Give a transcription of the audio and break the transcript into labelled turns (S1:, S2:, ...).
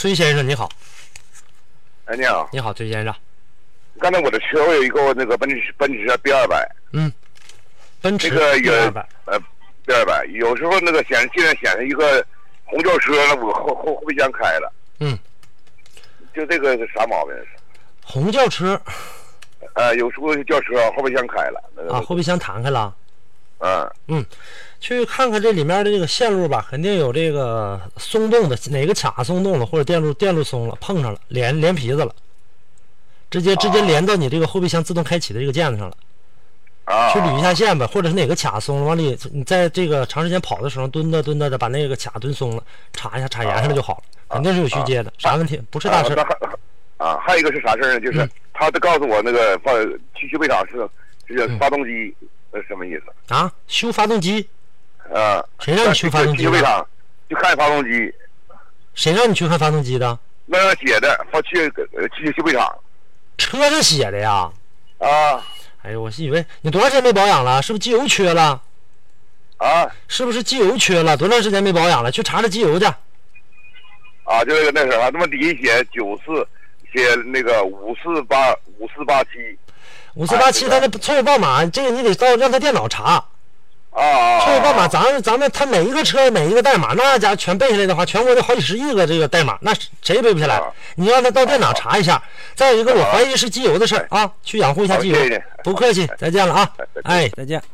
S1: 崔先生，你好，
S2: 哎，你好，
S1: 你好，崔先生。
S2: 刚才我的车我有一个那个奔驰奔驰 B 二百，
S1: 嗯，奔
S2: 这
S1: 驰
S2: 个有
S1: B200，
S2: 呃 B 二百，有时候那个显示现在显示一个红轿车，那我后后后备箱开了，
S1: 嗯，
S2: 就这个是啥毛病？
S1: 红轿车
S2: 呃，有时候轿车后备箱开了，那个
S1: 啊，后备箱弹开了，
S2: 嗯
S1: 去看看这里面的这个线路吧，肯定有这个松动的，哪个卡松动了，或者电路电路松了，碰上了，连连皮子了，直接直
S2: 哦
S1: 接连到你这个后备箱自动开启的这个键子上了。
S2: 啊，
S1: 去捋一下线呗，或者是哪个卡松了，往里你在这个长时间跑的时候蹲着蹲着的，把那个卡蹲松了，插一下插沿上了就好了，
S2: 哦
S1: 肯定是有续接的，啥问题不是大嗯事
S2: 啊。那还啊，还有一个是啥事儿呢？就是他都告诉我那个放去修配厂是这个发动机，那什么意思？
S1: 啊。修发动机，
S2: 啊，
S1: 谁让你去发动机
S2: 去
S1: 了
S2: 修配厂就看发动机，
S1: 谁让你去看发动机的？
S2: 那样写的，放去呃去修配厂
S1: 车上写的呀。
S2: 啊
S1: 哎呦，我是以为你多长时间没保养了？是不是机油缺了？
S2: 啊
S1: 是不是机油缺了？多长时间没保养了？去查查机油去。
S2: 啊，就那个那什么，他们底下写九四，写那个五四八五四八七
S1: 五四八七，
S2: 哎
S1: 他那错误报码，这个你得到让他电脑查。
S2: 啊啊，
S1: 错误报码，
S2: 啊
S1: 咱们咱们他每一个车每一个代码，那家伙全背下来的话，全国得好几十亿个这个代码，那谁也背不下来
S2: 啊。
S1: 你让他到电脑查一下。再啊有一个，我怀疑是机油的事儿啊，去养护一下机油
S2: 好谢谢。
S1: 不客气，再见了啊
S2: 哎再，见
S1: 哎，再见。